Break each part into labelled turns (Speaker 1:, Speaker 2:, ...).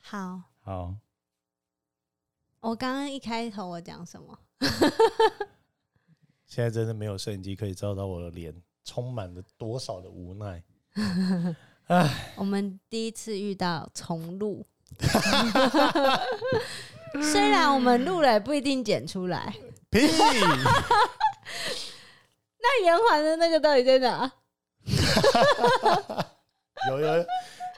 Speaker 1: 好，
Speaker 2: 好，
Speaker 1: 我刚刚一开头我讲什么？
Speaker 2: 现在真的没有摄影机可以照到我的脸，充满了多少的无奈。
Speaker 1: 我们第一次遇到重录，虽然我们录了也不一定剪出来。
Speaker 2: 屁！
Speaker 1: 那圆环的那个到底在哪？
Speaker 2: 有有，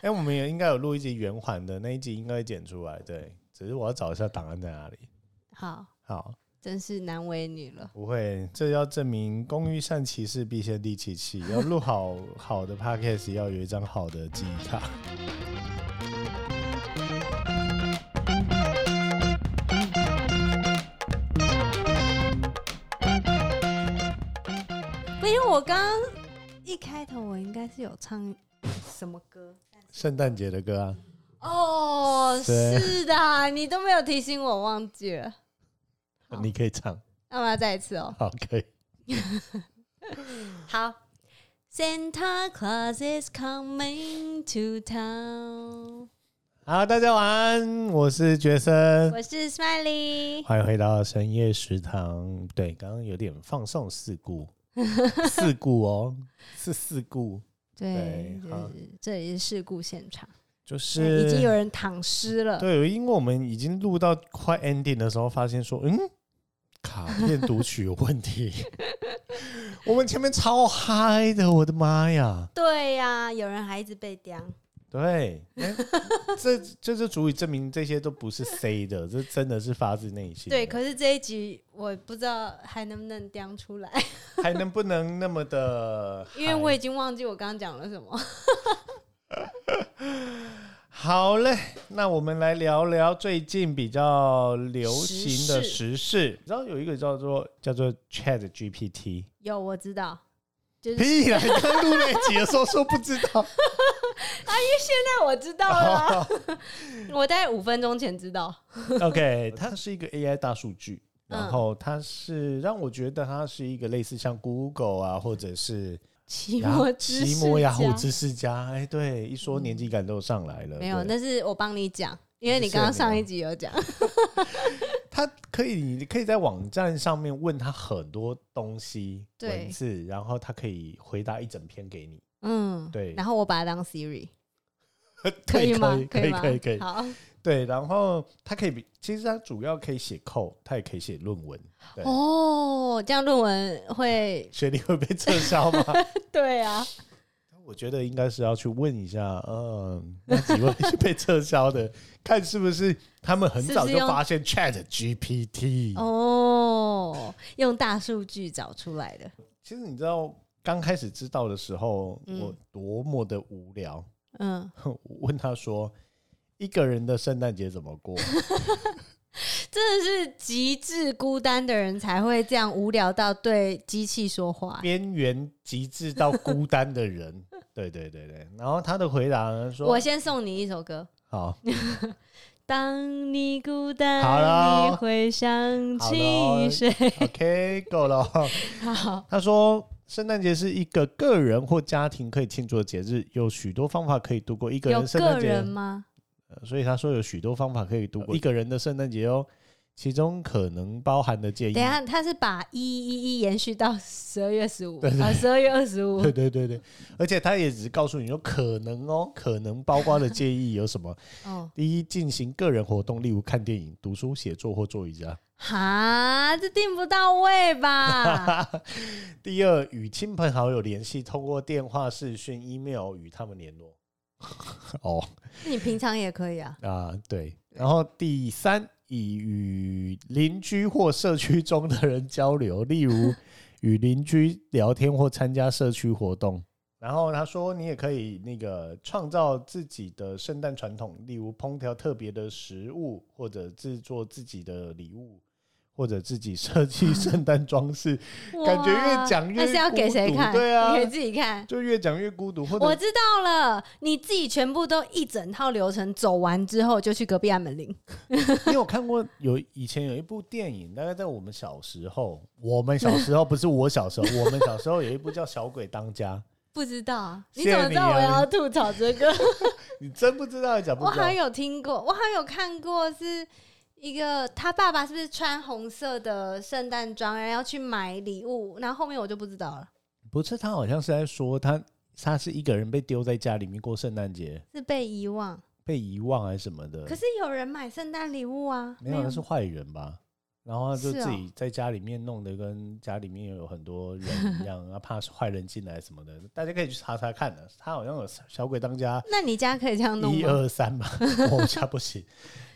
Speaker 2: 哎、我们也应该有录一集圆环的那一集，应该会剪出来。对，只是我要找一下档案在哪里。
Speaker 1: 好，
Speaker 2: 好，
Speaker 1: 真是难为你了。
Speaker 2: 不会，这要证明工欲善其事，必先利其器。要录好好的 podcast，要有一张好的记忆卡。
Speaker 1: 不，因为我刚刚一开头我应该是有唱什么歌
Speaker 2: 圣诞节的歌啊，
Speaker 1: 哦，
Speaker 2: 对
Speaker 1: 是的，你都没有提醒我，忘记了。好
Speaker 2: 啊你可以唱。
Speaker 1: 那我要再一次哦。
Speaker 2: 好，可以。
Speaker 1: 好，Santa Claus is coming to town。
Speaker 2: 好，大家晚安，我是觉生，
Speaker 1: 我是 Smiley，
Speaker 2: 欢迎回到深夜食堂。对，刚刚有点放送事 故，事故哦，是事故，
Speaker 1: 对
Speaker 2: 对，
Speaker 1: 就
Speaker 2: 好
Speaker 1: 是这里是事故现场，
Speaker 2: 就是
Speaker 1: 已经有人躺尸了。
Speaker 2: 对，因为我们已经录到快 ending 的时候，发现说，嗯，卡片读取有问 题。我们前面超嗨的，我的妈呀！
Speaker 1: 对呀、有人还一直被刁。
Speaker 2: 对，哎这这就足以证明这些都不是 C 的，这真的是发自内心的。
Speaker 1: 对，可是这一集我不知道还能不能刁出 来，
Speaker 2: 还能不能那么的嗨？
Speaker 1: 因为我已经忘记我刚刚讲了 什么。
Speaker 2: 好嘞，那我们来聊聊最近比较流行的时
Speaker 1: 时
Speaker 2: 事。你知道有一个叫做叫做 Chat GPT，
Speaker 1: 有，我知道， 就是
Speaker 2: 屁啦！你刚录那集的时候说不知道，
Speaker 1: 那我知道 了啊，我大概五分钟前知道。
Speaker 2: OK，它是一个 AI 大数据，
Speaker 1: 嗯
Speaker 2: 然后它是让我觉得它是一个类似像 Google 啊，或者是
Speaker 1: 奇
Speaker 2: 雅
Speaker 1: 摩知
Speaker 2: 奇
Speaker 1: 识
Speaker 2: 摩雅
Speaker 1: 家
Speaker 2: 虎知识家。哎，对，一说年纪感都上来了。
Speaker 1: 没有，
Speaker 2: 对
Speaker 1: 那是我帮你讲，因为你
Speaker 2: 谢谢
Speaker 1: 刚刚
Speaker 2: 你
Speaker 1: 上
Speaker 2: 啊
Speaker 1: 一集有讲。
Speaker 2: 它可以，你可以在网站上面问它很多东西
Speaker 1: 对
Speaker 2: 文字，然后它可以回答一整篇给你。
Speaker 1: 嗯，
Speaker 2: 对
Speaker 1: 然后我把它当 Siri，
Speaker 2: 对
Speaker 1: 以吗
Speaker 2: 可以？
Speaker 1: 可
Speaker 2: 可以
Speaker 1: 吗？
Speaker 2: 可以可以。
Speaker 1: 好，
Speaker 2: 对，然后它可以比，其实它主要可以写 code，它也可以写论文。对
Speaker 1: 哦，这样论文会
Speaker 2: 学历会被撤销吗？
Speaker 1: 对啊，
Speaker 2: 我觉得应该是要去问一下，嗯，那几位是被撤销的，看是不是他们很早就
Speaker 1: 是不是用
Speaker 2: 发现 Chat GPT。
Speaker 1: 哦，用大数据找出来的，
Speaker 2: 其实你知道，刚开始知道的时候，
Speaker 1: 嗯
Speaker 2: 我多么的无聊，
Speaker 1: 嗯，
Speaker 2: 我问他说。一个人的圣诞节怎么过？
Speaker 1: 真的是极致孤单的人才会这样无聊到对机器说话。
Speaker 2: 边缘极致到孤单的人，对对对对。然后他的回答呢说
Speaker 1: 我：“先送你一首歌。
Speaker 2: 好，
Speaker 1: 当你孤单，
Speaker 2: 好了
Speaker 1: 你会想
Speaker 2: 好了
Speaker 1: 起谁？
Speaker 2: OK，够了。”
Speaker 1: 好，
Speaker 2: 他说，圣诞节是一个个人或家庭可以庆祝的节日，有许多方法可以度过一个
Speaker 1: 有
Speaker 2: 人圣诞
Speaker 1: 个
Speaker 2: 节、
Speaker 1: 人吗？
Speaker 2: 呃所以他说有许多方法可以度过一个人的圣诞节哦，其中可能包含的建议
Speaker 1: 等一。下，他是把一一一延续到十二月十五啊，十二月二十五
Speaker 2: 对。对对对，而且他也只是告诉你说可能哦，可能包括的建议有什么？
Speaker 1: 哦，
Speaker 2: 第一，进行个人活动，例如看电影、读书、写作或做瑜伽。
Speaker 1: 哈，这定不到位 吧？
Speaker 2: 第二，与亲朋好友联系，通过电话、视讯、email 与他们联络。 哦，
Speaker 1: 那你平常也可以啊。
Speaker 2: 啊、对。然后第三，以与邻居或社区中的人交流，例如与邻居聊天或参加社区活动。然后他说，你也可以那个创造自己的圣诞传统，例如烹调特别的食物，或者制作自己的礼物，或者自己设计圣诞装饰，感觉越讲越
Speaker 1: 那是要给谁看？
Speaker 2: 孤独对啊
Speaker 1: 你可以自己看。
Speaker 2: 就越讲越孤独。或
Speaker 1: 我
Speaker 2: 者
Speaker 1: 知道了，你自己全部都一整套流程走完之后，就去隔壁按门铃。
Speaker 2: 你有看过有以前有一部电影，大概在我们小时候，我们小时候不是我小时候，我们小时候有一部叫《小鬼当家
Speaker 1: 不知道啊，
Speaker 2: 谢
Speaker 1: 你
Speaker 2: 谢
Speaker 1: 怎么知道我
Speaker 2: 你啊
Speaker 1: 要吐槽这个？
Speaker 2: 你真不知道，假不
Speaker 1: 我
Speaker 2: 知
Speaker 1: 好
Speaker 2: 道
Speaker 1: 像。有听过，我好像有看过，是一个他爸爸是不是穿红色的圣诞装，然后要去买礼物，然后后面我就不知道了，
Speaker 2: 不是，他好像是在说他他是一个人被丢在家里面过圣诞节，
Speaker 1: 是被遗忘。
Speaker 2: 被遗忘还是什么的。
Speaker 1: 可是有人买圣诞礼物啊，
Speaker 2: 没有，那是坏人吧？然后他就是
Speaker 1: 哦
Speaker 2: 自己在家里面弄得跟家里面有很多人一 样，啊，怕坏人进来什么的，大家可以去查查看的、啊他好像有《小鬼当家
Speaker 1: 那你家可以这样》弄
Speaker 2: 一
Speaker 1: 吗？
Speaker 2: 二三吧， 我家不行。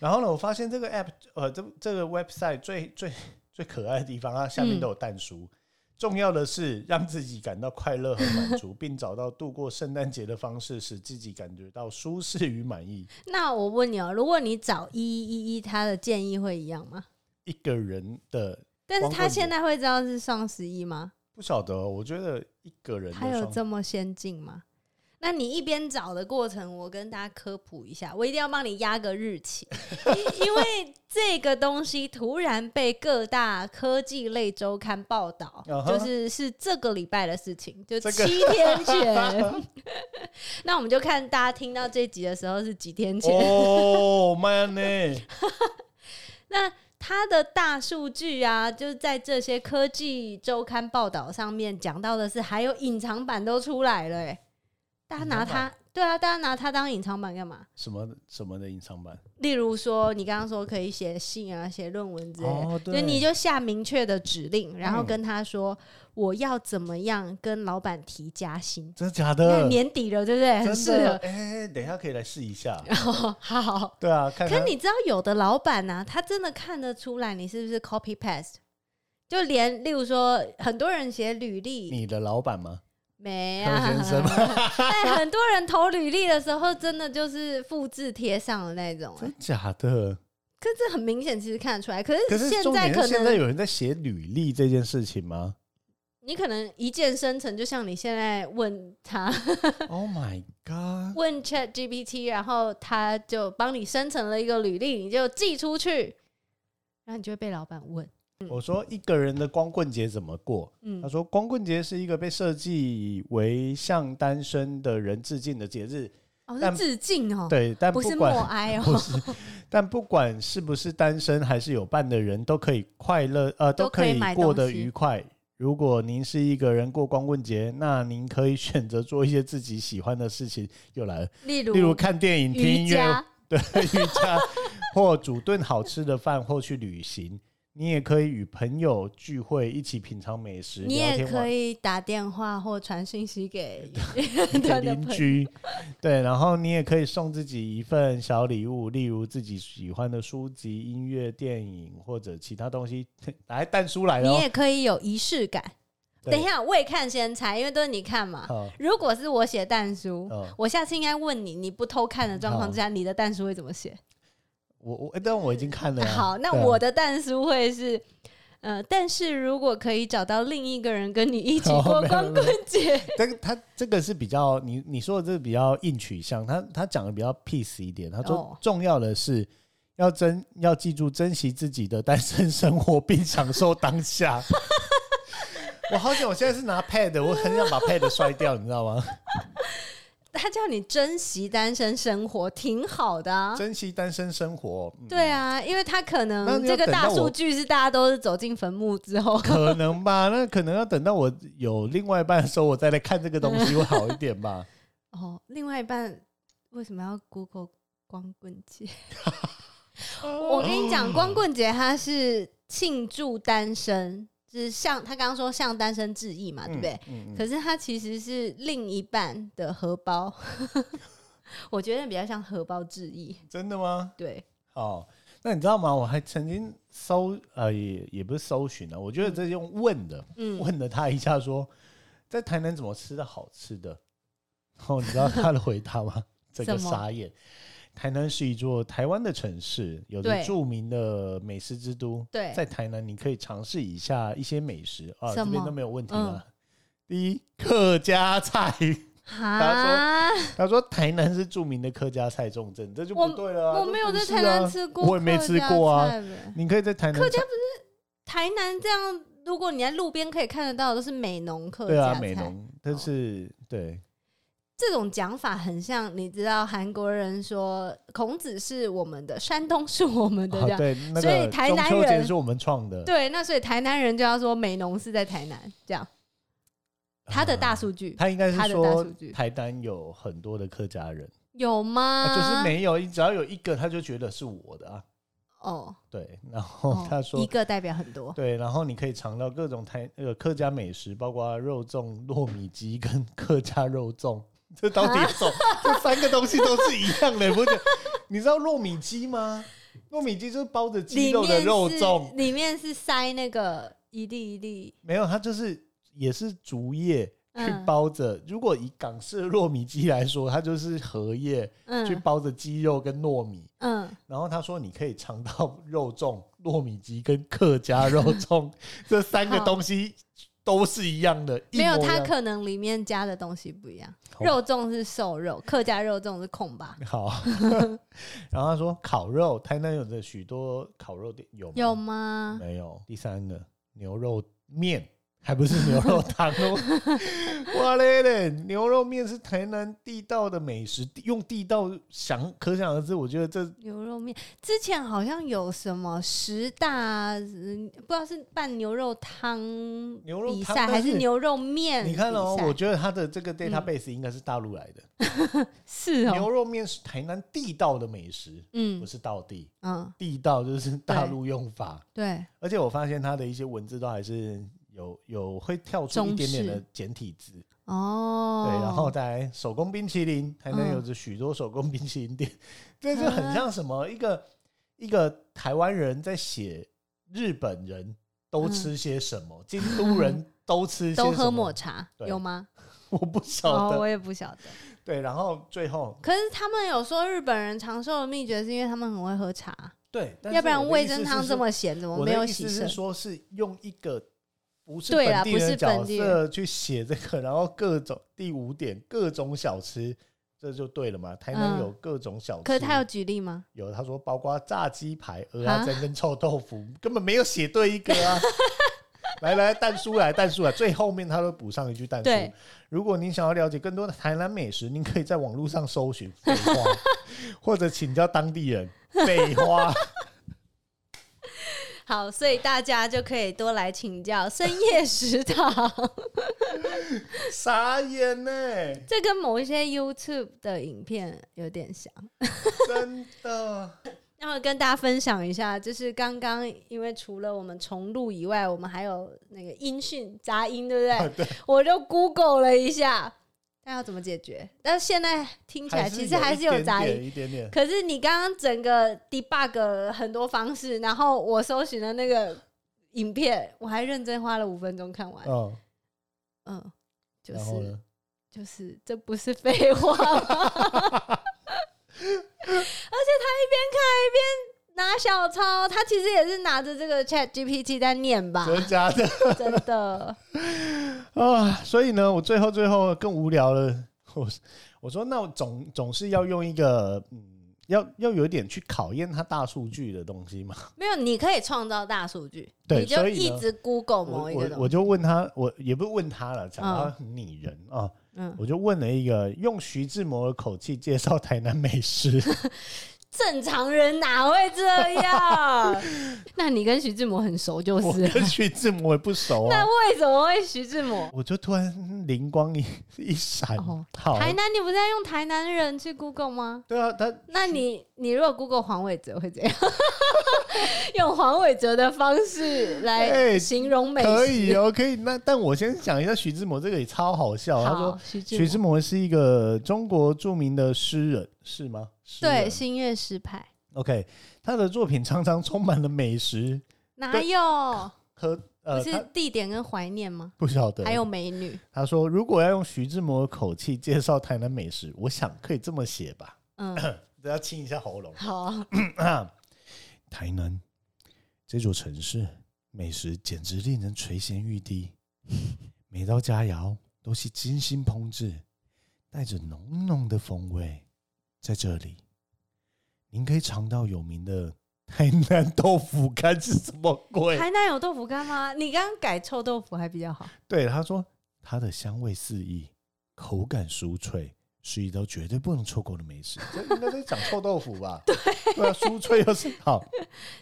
Speaker 2: 然后呢，我发现这个 app，呃，这这个 website 最最最可爱的地方，它下面都有蛋书。
Speaker 1: 嗯
Speaker 2: 重要的是让自己感到快乐和满足，并找到度过圣诞节的方式，使自己感觉到舒适与满意。
Speaker 1: 那我问你哦，如果你找一一一，他的建议会一样吗？
Speaker 2: 一个人的
Speaker 1: 但是
Speaker 2: 光
Speaker 1: 他
Speaker 2: 棍节
Speaker 1: 现在会知道是双十一吗？
Speaker 2: 不晓得哦，我觉得一个人的
Speaker 1: 他有
Speaker 2: 双
Speaker 1: 这么先进吗？那你一边找的过程，我跟大家科普一下，我一定要帮你压个 日期，因因为这个东西突然被各大科技类周刊报道
Speaker 2: 嗯哼
Speaker 1: 就是是这个礼拜的事情，就
Speaker 2: 这
Speaker 1: 七
Speaker 2: 个
Speaker 1: 天前。那我们就看大家听到这集的时候是几天前。
Speaker 2: 哦，man 呢？
Speaker 1: 那它的大数据啊，就是在这些科技周刊报道上面讲到的是，还有隐藏版都出来了、欸，大家拿
Speaker 2: 隐藏
Speaker 1: 它，对啊，大家拿它当隐藏版干嘛？
Speaker 2: 什么什么的隐藏版？
Speaker 1: 例如说，你刚刚说可以写信啊、写论文之类的，
Speaker 2: 哦
Speaker 1: 就
Speaker 2: 对
Speaker 1: 你就下明确的指令，然后
Speaker 2: 嗯
Speaker 1: 跟他说、我要怎么样跟老板提加薪。
Speaker 2: 真的假
Speaker 1: 那
Speaker 2: 的？
Speaker 1: 年底了，对不对？很
Speaker 2: 呃真
Speaker 1: 适
Speaker 2: 的
Speaker 1: 合。
Speaker 2: 哎，等一下可以来试一下。
Speaker 1: 好，
Speaker 2: 对啊，看
Speaker 1: 可
Speaker 2: 看
Speaker 1: 你知道，有的老板呢、他真的看得出来你是不是 copy paste，就连例如说，很多人写履历
Speaker 2: 你的老板吗？
Speaker 1: 没
Speaker 2: 柯
Speaker 1: 啊
Speaker 2: 先，生吗？
Speaker 1: 哎，很多人投履历的时候，真的就是复制贴上的那种、哎
Speaker 2: 真假 的？
Speaker 1: 可是这很明显，其实看得出来。可
Speaker 2: 可
Speaker 1: 是
Speaker 2: 是
Speaker 1: 现
Speaker 2: 重
Speaker 1: 在
Speaker 2: 点
Speaker 1: 可
Speaker 2: 是现在
Speaker 1: 能
Speaker 2: 有人在写履历这件事情吗
Speaker 1: 你可能一键生成，就像你现在问他
Speaker 2: ？Oh my god！
Speaker 1: 问 Chat GPT，然后他就帮你生成了一个履历，你就寄出去，然后你就会被老板问，
Speaker 2: 我说一个人的光棍节怎么过？
Speaker 1: 嗯
Speaker 2: 他，说，光棍节是一个被设计为向单身的人致敬的节日。
Speaker 1: 哦，是
Speaker 2: 但
Speaker 1: 致敬哦，
Speaker 2: 对，但
Speaker 1: 不是默
Speaker 2: 管
Speaker 1: 哀哦，
Speaker 2: 不是，但不管是不是单身还是有伴的人，都可以快乐，呃，
Speaker 1: 都
Speaker 2: 都
Speaker 1: 可
Speaker 2: 可
Speaker 1: 以
Speaker 2: 以
Speaker 1: 买
Speaker 2: 过
Speaker 1: 东
Speaker 2: 得
Speaker 1: 西
Speaker 2: 愉快。如果您是一个人过光棍节，那您可以选择做一些自己喜欢的事情。又来了，
Speaker 1: 例如
Speaker 2: 例如看电影、听音
Speaker 1: 瑜
Speaker 2: 乐、
Speaker 1: 伽
Speaker 2: 对瑜伽，或煮顿好吃的饭，或去旅行。你也可以与朋友聚会，一起品尝美食，
Speaker 1: 你
Speaker 2: 聊
Speaker 1: 也
Speaker 2: 天玩
Speaker 1: 可以打电话或传讯息给
Speaker 2: 给
Speaker 1: 他的
Speaker 2: 邻
Speaker 1: 朋友。
Speaker 2: 居，对，然后你也可以送自己一份小礼物，例如自己喜欢的书籍、音乐、电影或者其他东西。 来，蛋叔来了、
Speaker 1: 你
Speaker 2: 哦，
Speaker 1: 也可以有仪式感。
Speaker 2: 对
Speaker 1: 等一下，未看先猜，因为都是你看嘛。
Speaker 2: 好，
Speaker 1: 如果是我写蛋书，
Speaker 2: 嗯
Speaker 1: 我下次应该问你，你不偷看的状况之下，你的蛋书会怎么写？
Speaker 2: 我我，诶但我已经看了、
Speaker 1: 啊
Speaker 2: 啊。
Speaker 1: 好，那
Speaker 2: 对啊
Speaker 1: 我的蛋书会是。呃，但是如果可以找到另一个人跟你一起
Speaker 2: 哦
Speaker 1: 过
Speaker 2: 没有
Speaker 1: 光
Speaker 2: 没有
Speaker 1: 棍节，
Speaker 2: 但是他这个是比较你你说的这个比较硬取向，他他讲的比较 peace 一点。他
Speaker 1: 哦
Speaker 2: 说重要的是要珍要记住珍惜自己的单身生活，并享受当 下。我好想，我现在是拿 pad，我很想把 pad 摔掉，你知道吗？
Speaker 1: 他叫你珍惜单身生活，挺好的啊。
Speaker 2: 珍惜单身生活，嗯、
Speaker 1: 对啊，因为他可
Speaker 2: 那
Speaker 1: 能
Speaker 2: 你
Speaker 1: 这
Speaker 2: 要
Speaker 1: 个
Speaker 2: 等
Speaker 1: 大
Speaker 2: 到
Speaker 1: 数
Speaker 2: 我
Speaker 1: 据是大家都是走进坟墓之 后，
Speaker 2: 可能吧，那可能要等到我有另外一半的时候，我再来看这个东西会好一点吧。
Speaker 1: 哦，另外一半为什么要 Google 光棍节？ 我跟你讲，光棍节它是庆祝单身，就是向他刚刚说向单身致意嘛，对不 对？
Speaker 2: 嗯？嗯嗯
Speaker 1: 可是它其实是另一半的荷包， 我觉得比较像荷包致意。
Speaker 2: 真的吗？
Speaker 1: 对，
Speaker 2: 哦，那你知道吗？我还曾经搜呃，也也不是搜寻啊，我觉得这用问的，
Speaker 1: 嗯，
Speaker 2: 问了他一下说，在台南怎么吃到好吃的？然后你知道他的回答 吗？整个
Speaker 1: 什么
Speaker 2: 傻眼。台南是一座台湾的城市，有着
Speaker 1: 对
Speaker 2: 著名的美食之都。
Speaker 1: 对，
Speaker 2: 在台南，你可以尝试以下一些美食啊，
Speaker 1: 什
Speaker 2: 这
Speaker 1: 么嗯
Speaker 2: 边都没有问题啊。第一，客家菜。
Speaker 1: 哈，
Speaker 2: 他说台南是著名的客家菜重镇，这就不对了、啊。
Speaker 1: 我没有在
Speaker 2: 这不是
Speaker 1: 台南
Speaker 2: 啊
Speaker 1: 吃过、
Speaker 2: 我也没吃过啊。。你可以在台南
Speaker 1: 客家
Speaker 2: 尝
Speaker 1: 不是台南这样，如果你在路边可以看得到，都是美浓客
Speaker 2: 对
Speaker 1: 家
Speaker 2: 啊，
Speaker 1: 菜
Speaker 2: 美浓，但是、对
Speaker 1: 这种讲法很像，你知道韩国人说孔子是我们的，山东是我们的这
Speaker 2: 啊
Speaker 1: 样。
Speaker 2: 对，那
Speaker 1: 所以
Speaker 2: 个
Speaker 1: 台
Speaker 2: 中
Speaker 1: 南
Speaker 2: 秋节
Speaker 1: 人
Speaker 2: 是我们创的，
Speaker 1: 对，那所以台南人就要说美农是在台南，这样他的大数据、
Speaker 2: 嗯他应该
Speaker 1: 他
Speaker 2: 是
Speaker 1: 的大
Speaker 2: 说
Speaker 1: 数据
Speaker 2: 台南有很多的客家人，
Speaker 1: 有吗？
Speaker 2: 啊就是没有，只要有一个他就觉得是我的啊。
Speaker 1: 哦，
Speaker 2: 对，然后 他说、
Speaker 1: 一个代表很多，
Speaker 2: 对，然后你可以尝到各种台呃客家美食，包括肉粽、糯米鸡跟客家肉粽。这到
Speaker 1: 啊
Speaker 2: 底粽这三个东西都是一样的，不是？你知道糯米鸡吗？糯米鸡就是包着鸡
Speaker 1: 里
Speaker 2: 肉的
Speaker 1: 面
Speaker 2: 肉
Speaker 1: 是
Speaker 2: 粽，
Speaker 1: 里面是塞那个一粒一粒，
Speaker 2: 没有，它就是也是竹叶去
Speaker 1: 嗯
Speaker 2: 包着。如果以港式的糯米鸡来说，它就是荷叶去
Speaker 1: 嗯
Speaker 2: 包着鸡肉跟糯米。
Speaker 1: 嗯，
Speaker 2: 然后他说，你可以尝到肉粽、 糯米鸡跟客家肉 粽这三个
Speaker 1: 好
Speaker 2: 东西都是一样的，一
Speaker 1: 没有，
Speaker 2: 模一
Speaker 1: 它
Speaker 2: 样
Speaker 1: 可能里面加的东西不一样，
Speaker 2: 好
Speaker 1: 肉粽是瘦肉，客家肉粽是空吧？
Speaker 2: 好。 然后他说烤肉，台南有的许多烤肉店有吗
Speaker 1: 有吗？
Speaker 2: 没有？第三呢，牛肉面 还不是牛肉汤哦。 哇嘞嘞，牛肉面是台南地道的美食，用地道想可想而知，我觉得这
Speaker 1: 牛肉面之前好像有什么十大，嗯，不知道是办牛肉汤
Speaker 2: 牛肉
Speaker 1: 比
Speaker 2: 汤
Speaker 1: 赛
Speaker 2: 但
Speaker 1: 还
Speaker 2: 是
Speaker 1: 是牛肉面比
Speaker 2: 你
Speaker 1: 赛？
Speaker 2: 看哦，我觉得它的这个 database 应该是大陆来的。
Speaker 1: 是
Speaker 2: 牛
Speaker 1: 哦，
Speaker 2: 肉面是台南地道的美食，不
Speaker 1: 嗯
Speaker 2: 是道地，
Speaker 1: 嗯，
Speaker 2: 地道就是大陆用法。
Speaker 1: 对，
Speaker 2: 而且我发现它的一些文字都还是有有会跳出一点点的
Speaker 1: 中
Speaker 2: 简体字，
Speaker 1: 哦，
Speaker 2: 对，然后再来手工冰淇淋，台南有着许多手工冰淇 淋店，这就很像什么一个一个台湾人在写日本人都吃些什么，京都人都吃些什
Speaker 1: 嗯都
Speaker 2: 么，
Speaker 1: 喝抹茶
Speaker 2: 对
Speaker 1: 有吗？
Speaker 2: 我不晓
Speaker 1: 哦，
Speaker 2: 得。
Speaker 1: 我也不晓得。
Speaker 2: 对，然后最后
Speaker 1: 可是他们有说日本人长寿的秘诀是因为他们很会喝茶，
Speaker 2: 对，但是
Speaker 1: 要不然
Speaker 2: 我的
Speaker 1: 味
Speaker 2: 意思
Speaker 1: 噌
Speaker 2: 是
Speaker 1: 汤这
Speaker 2: 说
Speaker 1: 么咸，怎么
Speaker 2: 我
Speaker 1: 没
Speaker 2: 的
Speaker 1: 有
Speaker 2: 意
Speaker 1: 洗
Speaker 2: 思是
Speaker 1: 肾？
Speaker 2: 说，是用一个不是
Speaker 1: 对啦啊
Speaker 2: 本地
Speaker 1: 不
Speaker 2: 人的
Speaker 1: 是
Speaker 2: 角
Speaker 1: 本地
Speaker 2: 色去写这个，然后各种第五点各种小吃，这就对了嘛。台南
Speaker 1: 嗯
Speaker 2: 有各种小吃，
Speaker 1: 可是他有举例吗？
Speaker 2: 有他说包括炸鸡排、鹅
Speaker 1: 啊
Speaker 2: 啊蒸跟臭豆腐， 根本没有写对一个啊。 来来，蛋叔来，蛋叔来，最后面他都补上一句蛋
Speaker 1: 对
Speaker 2: 叔。如果您想要了解更多的台南美食，您可以在网络上搜寻废 话，或者请教当地人。废 话，
Speaker 1: 好，所以大家就可以多来请教深夜食堂。
Speaker 2: 傻眼呢、
Speaker 1: 这跟某一些 YouTube 的影片有点像。
Speaker 2: 真的。
Speaker 1: 那我跟大家分享一下，就是刚刚因为除了我们重录以外，我们还有那个音讯杂音，对 不对？我就 Google 了一下，那要怎么解决？但现在 听起来其实还是有杂音。
Speaker 2: 一点 点，
Speaker 1: 可是你刚刚整个 debug 了很多方式，然后我搜寻了那个影片，我还认真花了五分钟看完。
Speaker 2: 嗯，
Speaker 1: 嗯，就
Speaker 2: 然后
Speaker 1: 是
Speaker 2: 呢？
Speaker 1: 就是这不是废话吗？而 且他一边看一边拿小抄，他其实也是拿着这个 Chat GPT 在念吧，
Speaker 2: 真假的
Speaker 1: 真的。
Speaker 2: 啊！所以呢，我最后最后更无聊了。我我说，那我总总是要用一个嗯，要要有一点去考验它大数据的东西嘛。
Speaker 1: 没有，你可以创造大数据，
Speaker 2: 对
Speaker 1: 你就
Speaker 2: 所以
Speaker 1: 一
Speaker 2: 呢
Speaker 1: 直 Google 某
Speaker 2: 我
Speaker 1: 一个
Speaker 2: 我
Speaker 1: 东
Speaker 2: 我
Speaker 1: 西。
Speaker 2: 就问他，我也不是问他了，讲他很拟人啊、
Speaker 1: 嗯，
Speaker 2: 我就问了一个用徐志摩的口气介绍台南美 食，
Speaker 1: 正常人哪会这样？ 那你跟徐志摩很熟就
Speaker 2: 我
Speaker 1: 是了，
Speaker 2: 跟徐志摩也不熟啊
Speaker 1: 那。为什么会徐志摩？
Speaker 2: 我就突然灵光一一闪，
Speaker 1: 哦
Speaker 2: 好，
Speaker 1: 台南，你不是在用台南人去 Google 吗？
Speaker 2: 对啊，他
Speaker 1: 那你你如果 Google 黄伟哲会怎样？ 用黄伟哲的方式来
Speaker 2: 哎
Speaker 1: 形容美食，
Speaker 2: 可以哦，可以。那但我先讲一下徐志摩，这个也超好笑。他
Speaker 1: 好
Speaker 2: 说，
Speaker 1: 徐志
Speaker 2: 徐志
Speaker 1: 摩
Speaker 2: 摩是一个中国著名的诗人，是吗？诗
Speaker 1: 对
Speaker 2: 人
Speaker 1: 新月石牌
Speaker 2: OK，他的作品常常充满了美食
Speaker 1: 哪
Speaker 2: 对
Speaker 1: 有？
Speaker 2: 和
Speaker 1: 不
Speaker 2: 呃，
Speaker 1: 是
Speaker 2: 他
Speaker 1: 地点跟怀念吗？
Speaker 2: 不晓得。
Speaker 1: 还有美女，
Speaker 2: 他说，如果要用徐志摩的口气介绍台南美食，我想可以这么写吧。
Speaker 1: 嗯，
Speaker 2: 大家清一下喉咙。
Speaker 1: 好，
Speaker 2: 台南这座城市美食简直令人垂涎欲滴， 每道佳肴都是精心烹制，带着浓浓的风味。在这里，您可以尝到有名的台南豆腐干是什么鬼？
Speaker 1: 台南有豆腐干吗？你刚刚改臭豆腐还比较好，
Speaker 2: 对，他说它的香味四溢，口感酥脆，是一道绝对不能错过的美食。这应该在讲臭豆腐吧？对，对啊，酥脆又是好，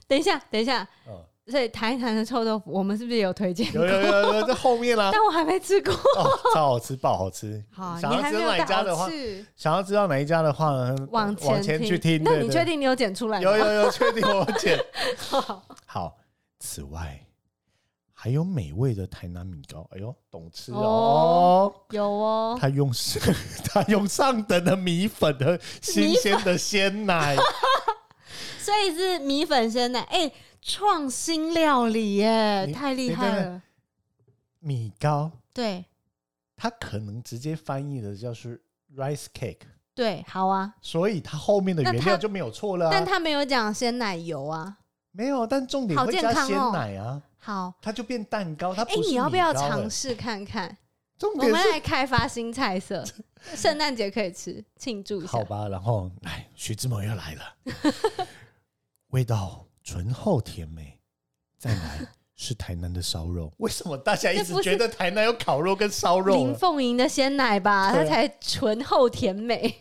Speaker 1: 等一下，等一下，
Speaker 2: 嗯，
Speaker 1: 所以谈一谈的臭豆腐，我们是不是也有推荐？
Speaker 2: 有有有有在后面啦、
Speaker 1: 但我还没吃过。
Speaker 2: 哦，超好吃，爆好吃。
Speaker 1: 好，
Speaker 2: 想
Speaker 1: 你
Speaker 2: 要
Speaker 1: 还
Speaker 2: 知
Speaker 1: 没
Speaker 2: 道
Speaker 1: 有
Speaker 2: 哪一家
Speaker 1: 到
Speaker 2: 的话，
Speaker 1: 是
Speaker 2: 想要知道哪一家的话呢，
Speaker 1: 往
Speaker 2: 前往去听。
Speaker 1: 那
Speaker 2: 对
Speaker 1: 你
Speaker 2: 对
Speaker 1: 确定你有剪出来吗？
Speaker 2: 有有有，确定我剪。
Speaker 1: 好
Speaker 2: 好，此外还有美味的台南米糕，哎呦，懂吃哦
Speaker 1: 哦。有哦，
Speaker 2: 他用 他用上等的米粉和新鲜的鲜 奶，
Speaker 1: 所以是米粉鲜奶，哎、创新料理耶，
Speaker 2: 你
Speaker 1: 太厉
Speaker 2: 你
Speaker 1: 害
Speaker 2: 看看
Speaker 1: 了。
Speaker 2: 米糕，
Speaker 1: 对
Speaker 2: 它可能直接翻译的就是 rice cake，
Speaker 1: 对，好啊，
Speaker 2: 所以它后面的原
Speaker 1: 那
Speaker 2: 料
Speaker 1: 它
Speaker 2: 就没有错了、啊。
Speaker 1: 但他没有讲鲜奶油啊。
Speaker 2: 没有，但重点
Speaker 1: 好
Speaker 2: 会
Speaker 1: 健
Speaker 2: 加
Speaker 1: 康
Speaker 2: 鲜
Speaker 1: 哦
Speaker 2: 奶啊，
Speaker 1: 好，
Speaker 2: 它就变蛋糕，它
Speaker 1: 哎、
Speaker 2: 不是
Speaker 1: 你要不要
Speaker 2: 米糕了
Speaker 1: 尝试 看看？
Speaker 2: 重
Speaker 1: 我
Speaker 2: 点
Speaker 1: 们
Speaker 2: 是
Speaker 1: 来开发新菜 色，圣诞节可以吃，庆祝一下
Speaker 2: 好。吧，然后来徐志摩又来了，味道醇厚甜美，再来是台南的烧肉。为什么大家一
Speaker 1: 这
Speaker 2: 直
Speaker 1: 不是
Speaker 2: 觉得台南有烤肉跟烧肉
Speaker 1: 林
Speaker 2: 啊？
Speaker 1: 凤营的鲜奶吧，
Speaker 2: 对
Speaker 1: 它
Speaker 2: 啊
Speaker 1: 才醇厚 甜美。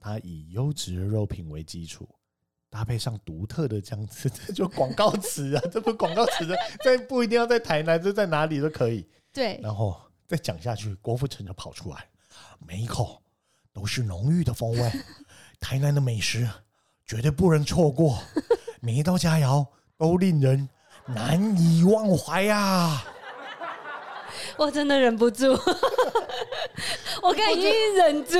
Speaker 2: 它以优质的肉品为基础，搭配上独特的酱汁， 这就广告词啊，这不是广告词的，在不一定要在台南，就在哪里都可以。
Speaker 1: 对，
Speaker 2: 然后再讲下去，郭富城就跑出来，每一口都是浓郁的风味，台南的美食绝对不能错过，每一道佳肴都令人难以忘怀啊！
Speaker 1: 我真的忍 不住，我刚已经忍住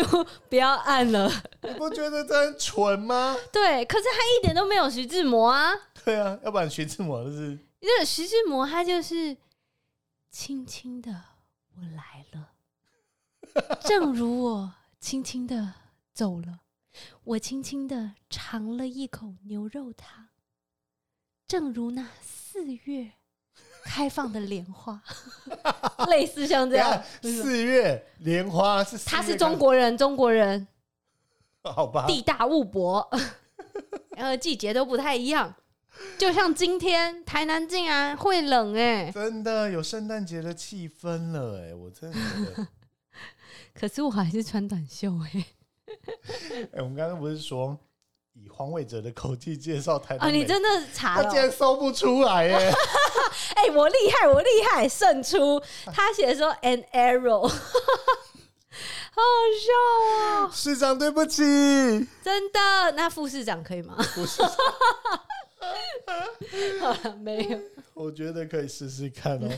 Speaker 1: 不要按了。
Speaker 2: 你不觉得这很蠢吗？
Speaker 1: 对，可是他一点都没有徐志摩啊，
Speaker 2: 对啊，要不然徐志摩就是
Speaker 1: 因为徐志摩他就是轻轻的我来了，正如我轻轻的走了，我轻轻的尝了一口牛肉汤，正如那四月开放的莲花， 类似像 这
Speaker 2: 对
Speaker 1: 样
Speaker 2: 啊，，
Speaker 1: 为什么
Speaker 2: 四月莲花是四
Speaker 1: 他
Speaker 2: 月
Speaker 1: 是
Speaker 2: 开啊
Speaker 1: 中国人，中国人。
Speaker 2: 好吧？
Speaker 1: 地大物博，然后季节都不太一样。就像今天台南竟然会冷哎、
Speaker 2: 真的有圣诞节的气氛了哎、我真的觉 得，
Speaker 1: 可是我还是穿短袖哎、
Speaker 2: 哎、我们刚刚不是说以黄伟哲的口气介绍台南
Speaker 1: 啊，
Speaker 2: 美食？
Speaker 1: 你真的查
Speaker 2: 他
Speaker 1: 了
Speaker 2: 竟然搜不出来 耶！
Speaker 1: 哎、我厉害，我厉害，胜出。他写说 an arrow，好好笑哦，
Speaker 2: 市长，对不起，
Speaker 1: 真的。那副市长可以吗？
Speaker 2: 不是，
Speaker 1: 好了，没有，
Speaker 2: 我觉得可以试试看 哦。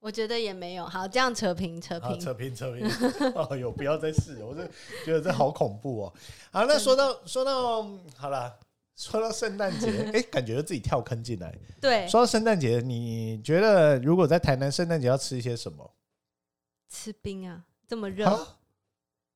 Speaker 1: 我觉得也没有。好，这样扯平扯
Speaker 2: 啊，
Speaker 1: 平，
Speaker 2: 扯平扯平， 哦有不要再试了，我就觉得这好恐怖哦。好，那说到说到好了，说到圣诞节， 哎、感觉自己跳坑进来。
Speaker 1: 对，
Speaker 2: 说到圣诞节，你觉得如果在台南圣诞节要吃一些什么？
Speaker 1: 吃冰啊，这么热。
Speaker 2: 啊，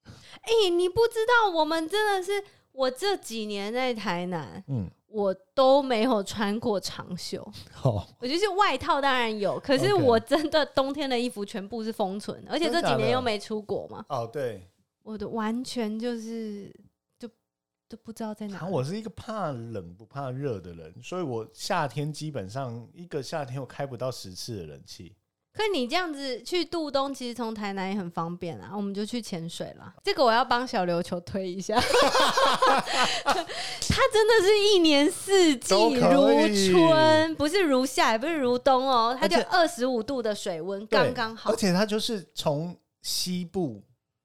Speaker 1: 哎、你不知道，我们真的是，我这几年在台南，
Speaker 2: 嗯，
Speaker 1: 我都没有穿过长袖。
Speaker 2: 好，
Speaker 1: 我就是外套当然有，可是
Speaker 2: OK
Speaker 1: 我真的冬天的衣服全部是封存，而且这
Speaker 2: 真
Speaker 1: 几
Speaker 2: 假的
Speaker 1: 年又没出国嘛，
Speaker 2: 哦，对，
Speaker 1: 我的完全就是就就不知道在哪
Speaker 2: 然后。啊我是一个怕冷不怕热的人，所以我夏天基本上一个夏天我开不到十次的冷气。
Speaker 1: 可你这样子去渡冬，其实从台南也很方便啊，我们就去潜水啦。这个我要帮小琉球推 一下，它真的是一年四季
Speaker 2: 都
Speaker 1: 如
Speaker 2: 可以
Speaker 1: 春，不是如夏，也不是如冬哦，它
Speaker 2: 而
Speaker 1: 就
Speaker 2: 且
Speaker 1: 二十五度的水温
Speaker 2: 对
Speaker 1: 刚刚好
Speaker 2: 而，且它就是从西部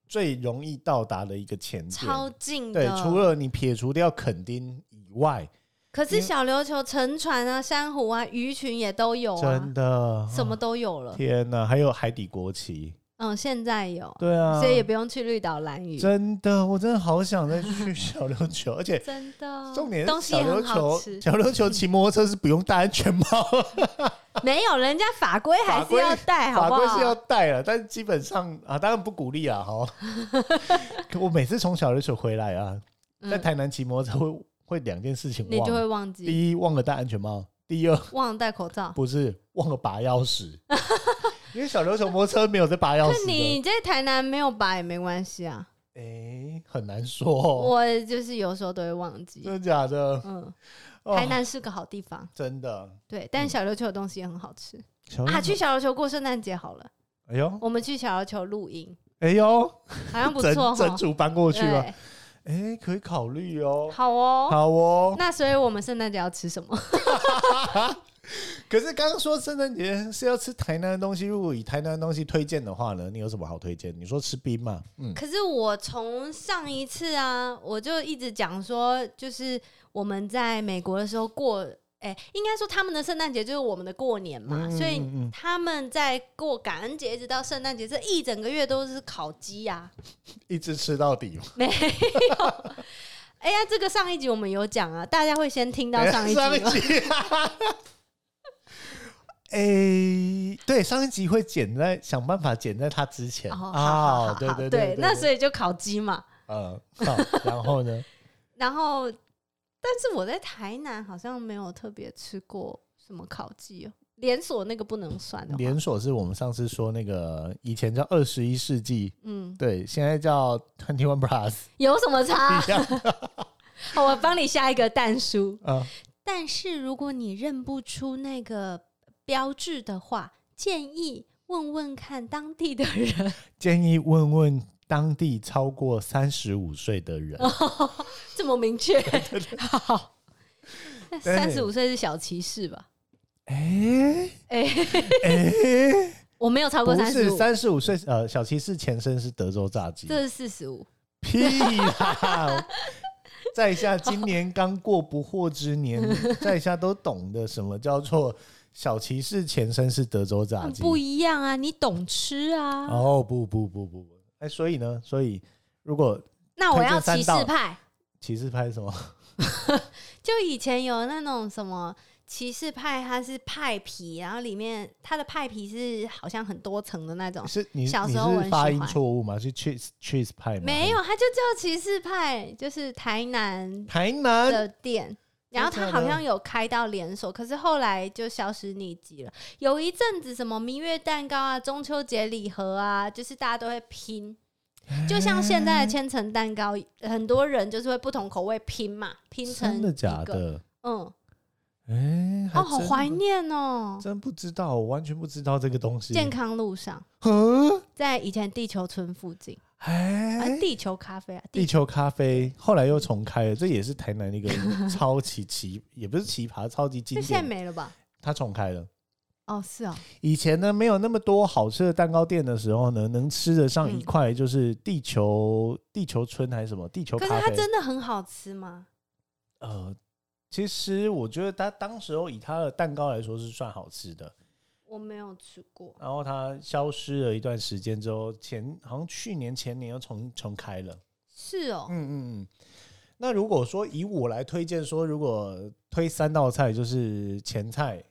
Speaker 2: 最容易到达的一个前点。
Speaker 1: 超近
Speaker 2: 对
Speaker 1: 的。，
Speaker 2: 除了你撇除掉垦丁以外，
Speaker 1: 可是
Speaker 2: 因
Speaker 1: 小琉球沉船啊、珊瑚啊、鱼群也都有啊
Speaker 2: 真，的
Speaker 1: 什么都有
Speaker 2: 哦
Speaker 1: 了。
Speaker 2: 天哪，还有海底国旗，
Speaker 1: 嗯，现在有，
Speaker 2: 对啊，
Speaker 1: 所以也不用去绿岛、蓝屿，
Speaker 2: 真的，我真的好想再去小琉 球，而且。
Speaker 1: 真的。
Speaker 2: 重点
Speaker 1: 啊东
Speaker 2: 是
Speaker 1: 西
Speaker 2: 小
Speaker 1: 也
Speaker 2: 琉
Speaker 1: 很好
Speaker 2: 球，
Speaker 1: 吃。
Speaker 2: 小琉球骑摩托车是不用戴安全 帽，
Speaker 1: 没有，人家法规
Speaker 2: 法
Speaker 1: 还是
Speaker 2: 规
Speaker 1: 要带，
Speaker 2: 法
Speaker 1: 好不
Speaker 2: 规是要
Speaker 1: 好？
Speaker 2: 戴了，但是基本上啊，当然不鼓励啊， 哈。可我每次从小琉球回来啊，在
Speaker 1: 嗯，
Speaker 2: 台南骑摩托车会会两件事情忘了，
Speaker 1: 你就会忘记，
Speaker 2: 第一忘了戴安全帽，第二
Speaker 1: 忘了戴口罩。
Speaker 2: 不是忘了拔钥 匙，因为小琉球摩托车没有在拔钥
Speaker 1: 可
Speaker 2: 匙的。
Speaker 1: 你在台南没有拔也没关系啊，
Speaker 2: 哎、很难说、哦，
Speaker 1: 我就是有时候都会忘记
Speaker 2: 真。的假的？
Speaker 1: 嗯，
Speaker 2: 哦
Speaker 1: 台南是个好地方，
Speaker 2: 真的
Speaker 1: 对，
Speaker 2: 嗯
Speaker 1: 但
Speaker 2: 哦
Speaker 1: 小琉球的东西也很好吃
Speaker 2: 小琉
Speaker 1: 啊。
Speaker 2: 球
Speaker 1: 去小琉球过圣诞节好了，
Speaker 2: 哎呦，
Speaker 1: 我们去小琉球露营，
Speaker 2: 哎呦，
Speaker 1: 好像不
Speaker 2: 整
Speaker 1: 错
Speaker 2: 整
Speaker 1: 哈。
Speaker 2: 组搬过去吧。
Speaker 1: 对，
Speaker 2: 哎，可以考虑哦。
Speaker 1: 好哦。
Speaker 2: 好哦，
Speaker 1: 那所以我们圣诞节要吃什么？
Speaker 2: 可是刚刚说圣诞节是要吃台南的东西，如果以台南的东西推荐的话呢，你有什么好推荐？你说吃冰嘛？嗯，
Speaker 1: 可是我从上一次啊，我就一直讲说，就是我们在美国的时候过，哎、应该说他们的圣诞节就是我们的过年嘛，
Speaker 2: 嗯
Speaker 1: 所以
Speaker 2: 嗯嗯
Speaker 1: 他们在过感恩节一直到圣诞节这一整个月都是烤鸡啊呀、
Speaker 2: 一直吃到底嘛。
Speaker 1: 哎呀，这个上一集我们有讲啊，大家会先听到上一 集
Speaker 2: 上一
Speaker 1: 吗？
Speaker 2: 集。哎、对，上一集会剪在想办法剪在他之前
Speaker 1: 哦，好好
Speaker 2: 啊
Speaker 1: 好，
Speaker 2: 对
Speaker 1: 好
Speaker 2: 对对，
Speaker 1: 那所
Speaker 2: 以
Speaker 1: 以就烤鸡嘛。
Speaker 2: 嗯，好， 然后呢？
Speaker 1: 然后，但是我在台南好像没有特别吃过什么烤鸡哦，连锁那个不能算的话，
Speaker 2: 连锁是我们上次说那个以前叫二十一世纪，
Speaker 1: 嗯，
Speaker 2: 对，现在叫 Twenty One Plus
Speaker 1: 有什么 差？
Speaker 2: 一样
Speaker 1: 好，我帮你下一个蛋叔。
Speaker 2: 啊。
Speaker 1: 但是如果你认不出那个标志的话，建议问问看当地的人，
Speaker 2: 建议问问当地超过三十五岁的人，
Speaker 1: 哦这么明确。好，那
Speaker 2: 对
Speaker 1: 三十五岁是小骑士吧？
Speaker 2: 哎
Speaker 1: 哎、
Speaker 2: 哎，
Speaker 1: 我没有超
Speaker 2: 不
Speaker 1: 过三
Speaker 2: 是
Speaker 1: 十五，
Speaker 2: 三十五岁，呃，小骑士前身是德州炸鸡，
Speaker 1: 这是四十五。
Speaker 2: 屁啦！在下今年刚过不惑之 年，在下都懂得什么叫做小骑士前身是德州炸
Speaker 1: 嗯
Speaker 2: 鸡。
Speaker 1: 不一样啊，你懂吃啊。
Speaker 2: 哦，不不不不不，哎、所以呢，所以如果
Speaker 1: 那我
Speaker 2: 推
Speaker 1: 要骑
Speaker 2: 荐
Speaker 1: 士
Speaker 2: 三道
Speaker 1: 派，
Speaker 2: 骑士派是 什么？
Speaker 1: 就以前有那种什么骑士派，它是派皮，然后里面它的派皮是好像很多层的那种，
Speaker 2: 是你
Speaker 1: 小
Speaker 2: 你
Speaker 1: 时候我
Speaker 2: 是
Speaker 1: 很
Speaker 2: 发
Speaker 1: 喜
Speaker 2: 音
Speaker 1: 欢
Speaker 2: 错误吗？是 cheese cheese 派吗？
Speaker 1: 没有，它就叫骑士派，就是台南
Speaker 2: 台南
Speaker 1: 的店。然后它好像有开到连锁，可是后来就消失匿迹了。有一阵子什么蜜月蛋糕啊、中秋节礼盒啊，就是大家都会拼，
Speaker 2: 哎
Speaker 1: 就像现在的千层蛋糕，很多人就是会不同口味拼嘛，拼成
Speaker 2: 真的假
Speaker 1: 一个？
Speaker 2: 的？
Speaker 1: 嗯，
Speaker 2: 哎、还
Speaker 1: 哦，好
Speaker 2: 真
Speaker 1: 怀念哦！
Speaker 2: 真不知道，我完全不知道这个东西。
Speaker 1: 健康路上，
Speaker 2: 嗯，
Speaker 1: 在以前地球村附近，
Speaker 2: 哎、
Speaker 1: 啊，地球咖啡啊，
Speaker 2: 地
Speaker 1: 地
Speaker 2: 球咖啡后来又重开了，这也是台南 一个超级奇，也不是奇葩，超级经
Speaker 1: 这现在
Speaker 2: 典的。
Speaker 1: 没了吧？
Speaker 2: 它重开了。
Speaker 1: 哦，是哦，
Speaker 2: 以前呢，没有那么多好吃的蛋糕店的时候呢，能吃得上
Speaker 1: 嗯
Speaker 2: 一块就是地球、地球村还是什么地球
Speaker 1: 可
Speaker 2: 咖
Speaker 1: 是
Speaker 2: 啡。
Speaker 1: 它真的很好吃吗？
Speaker 2: 呃，其实我觉得它当时候以它的蛋糕来说是算好吃的。
Speaker 1: 我没有吃过，
Speaker 2: 然后它消失了一段时间之后，前好像去年前年又重重开了。
Speaker 1: 是哦，
Speaker 2: 嗯嗯嗯。那如果说以我来推荐说，如果推三道菜，就是前菜、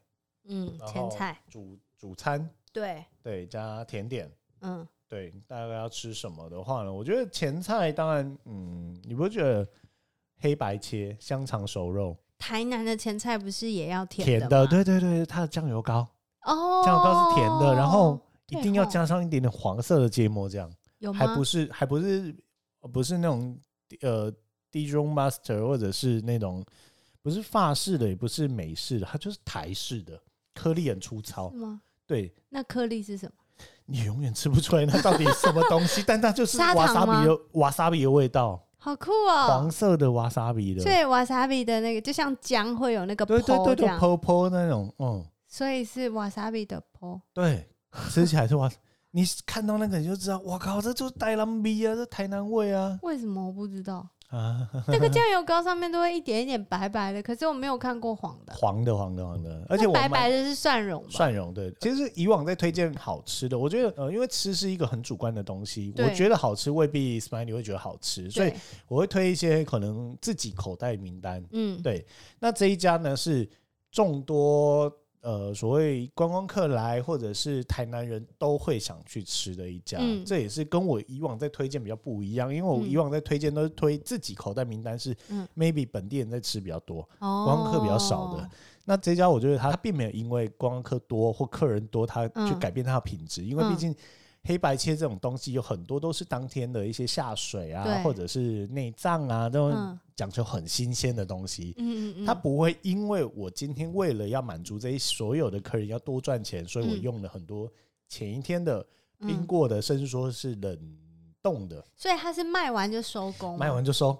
Speaker 1: 嗯，
Speaker 2: 然
Speaker 1: 前
Speaker 2: 后
Speaker 1: 菜
Speaker 2: 主主餐，
Speaker 1: 对，
Speaker 2: 对，加甜点，
Speaker 1: 嗯，
Speaker 2: 对，大概要吃什么的话呢？我觉得前菜当然，嗯，你不觉得黑白切香肠熟肉
Speaker 1: 台南的前菜不是也要
Speaker 2: 甜
Speaker 1: 的
Speaker 2: 的？
Speaker 1: 吗？
Speaker 2: 对对对，它的酱油膏，
Speaker 1: 哦，
Speaker 2: 酱油膏是甜的，然后
Speaker 1: 对哦
Speaker 2: 一定要
Speaker 1: 吼
Speaker 2: 加上一点点黄色的芥末酱，
Speaker 1: 有
Speaker 2: 还
Speaker 1: 吗？
Speaker 2: 不是还不是不是那种呃 Dijon Master 或者是那种不是法式的，也不是美式的，它就是台式的，颗粒很粗糙
Speaker 1: 是。吗？
Speaker 2: 对
Speaker 1: 那颗粒是什么？
Speaker 2: 你永远吃不出来那到底是什么东 西，但它就是
Speaker 1: 砂
Speaker 2: 瓦
Speaker 1: 糖
Speaker 2: 萨
Speaker 1: 吗
Speaker 2: 比的瓦萨比的味道，
Speaker 1: 好酷哦
Speaker 2: 黄！色的瓦萨比的
Speaker 1: 所，以瓦萨比的那个就像姜会有那个
Speaker 2: 对对
Speaker 1: 泡
Speaker 2: 对
Speaker 1: 这
Speaker 2: 对
Speaker 1: 样，
Speaker 2: ，po po 那种，嗯，
Speaker 1: 所以是瓦萨比的泡。
Speaker 2: 对，吃起来是瓦。 你看到那个你就知道，我靠，这就是台南味啊，这台南味啊
Speaker 1: 为什么我不知道？
Speaker 2: 啊！
Speaker 1: 那个酱油膏上面都会一点一点白白的，可是我没有看过黄的，
Speaker 2: 黄的黄的黄的，而且
Speaker 1: 那
Speaker 2: 我
Speaker 1: 白
Speaker 2: 蛮
Speaker 1: 白的是蒜蓉吧？
Speaker 2: 蒜蓉对，其实以往在推荐好吃的，我觉得呃，因为吃是一个很主观的东西，
Speaker 1: 对
Speaker 2: 我觉得好吃未必 Smiley 会觉得好吃，所以
Speaker 1: 对
Speaker 2: 我会推一些可能自己口袋名单。
Speaker 1: 嗯，
Speaker 2: 对那这一家呢是众多呃所谓观光客来或者是台南人都会想去吃的一家，
Speaker 1: 嗯
Speaker 2: 这也是跟我以往在推荐比较不一样，因为我
Speaker 1: 嗯
Speaker 2: 以往在推荐都是推自己口袋名单是，
Speaker 1: 嗯
Speaker 2: maybe 本地人在吃比较多，
Speaker 1: 哦，
Speaker 2: 观光客比较少的。那这家我觉得它并没有因为观光客多或客人多，它去
Speaker 1: 嗯
Speaker 2: 改变它的品质，因为
Speaker 1: 嗯
Speaker 2: 毕竟黑白切这种东西有很多都是当天的一些下水
Speaker 1: 对
Speaker 2: 啊，或者是内脏啊，这种
Speaker 1: 嗯
Speaker 2: 讲求很新鲜的东西。
Speaker 1: 嗯嗯嗯，
Speaker 2: 它不会因为我今天为了要满足这一所有的客人要多赚钱，所以我
Speaker 1: 嗯
Speaker 2: 用了很多前一天的冰
Speaker 1: 嗯，
Speaker 2: 过的，甚至说是冷冻的，
Speaker 1: 所以他是卖完就收工，
Speaker 2: 卖完，就收。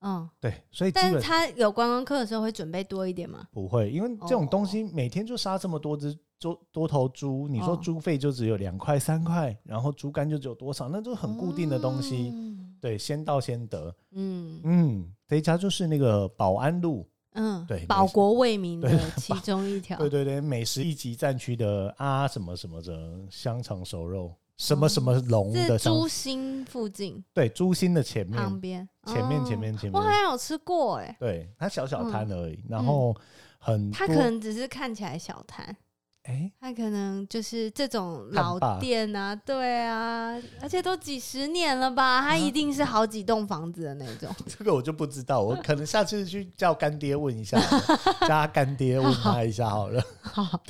Speaker 1: 嗯，
Speaker 2: 对，所以基
Speaker 1: 但是
Speaker 2: 本
Speaker 1: 他有观光客的时候会准备多一点嘛，
Speaker 2: 不会，因为这种
Speaker 1: 哦
Speaker 2: 东西每天就杀这么多只多多头猪，你说
Speaker 1: 哦
Speaker 2: 猪肺就只有两块三块，然后猪肝就只有多少，那就是很固定的东西。
Speaker 1: 嗯
Speaker 2: 对，先到先得。
Speaker 1: 嗯
Speaker 2: 嗯，这一家就是那个保安路，
Speaker 1: 嗯，
Speaker 2: 对
Speaker 1: 保国为民
Speaker 2: 对
Speaker 1: 的其中一条，
Speaker 2: 对对对，美食一级战区的啊什么什么的香肠熟肉，什么什么龙的
Speaker 1: 是
Speaker 2: 香，
Speaker 1: 猪心附近
Speaker 2: 对猪心的前面，
Speaker 1: 旁边，
Speaker 2: 前面
Speaker 1: 哦
Speaker 2: 前，面前
Speaker 1: 我
Speaker 2: 面
Speaker 1: 好，像有吃过哎，
Speaker 2: 对，它小小摊而已，然
Speaker 1: 嗯
Speaker 2: 后很
Speaker 1: 他可
Speaker 2: 多
Speaker 1: 能只是看起来小摊，
Speaker 2: 哎
Speaker 1: 他可能就是这种
Speaker 2: 看
Speaker 1: 老
Speaker 2: 吧
Speaker 1: 店啊，对啊，而且都几十年了吧，
Speaker 2: 嗯
Speaker 1: 他一定是好几栋房子的那种。
Speaker 2: 这个我就不知道，我可能下次去叫干爹问一下好 了，叫他干爹问他一下好了。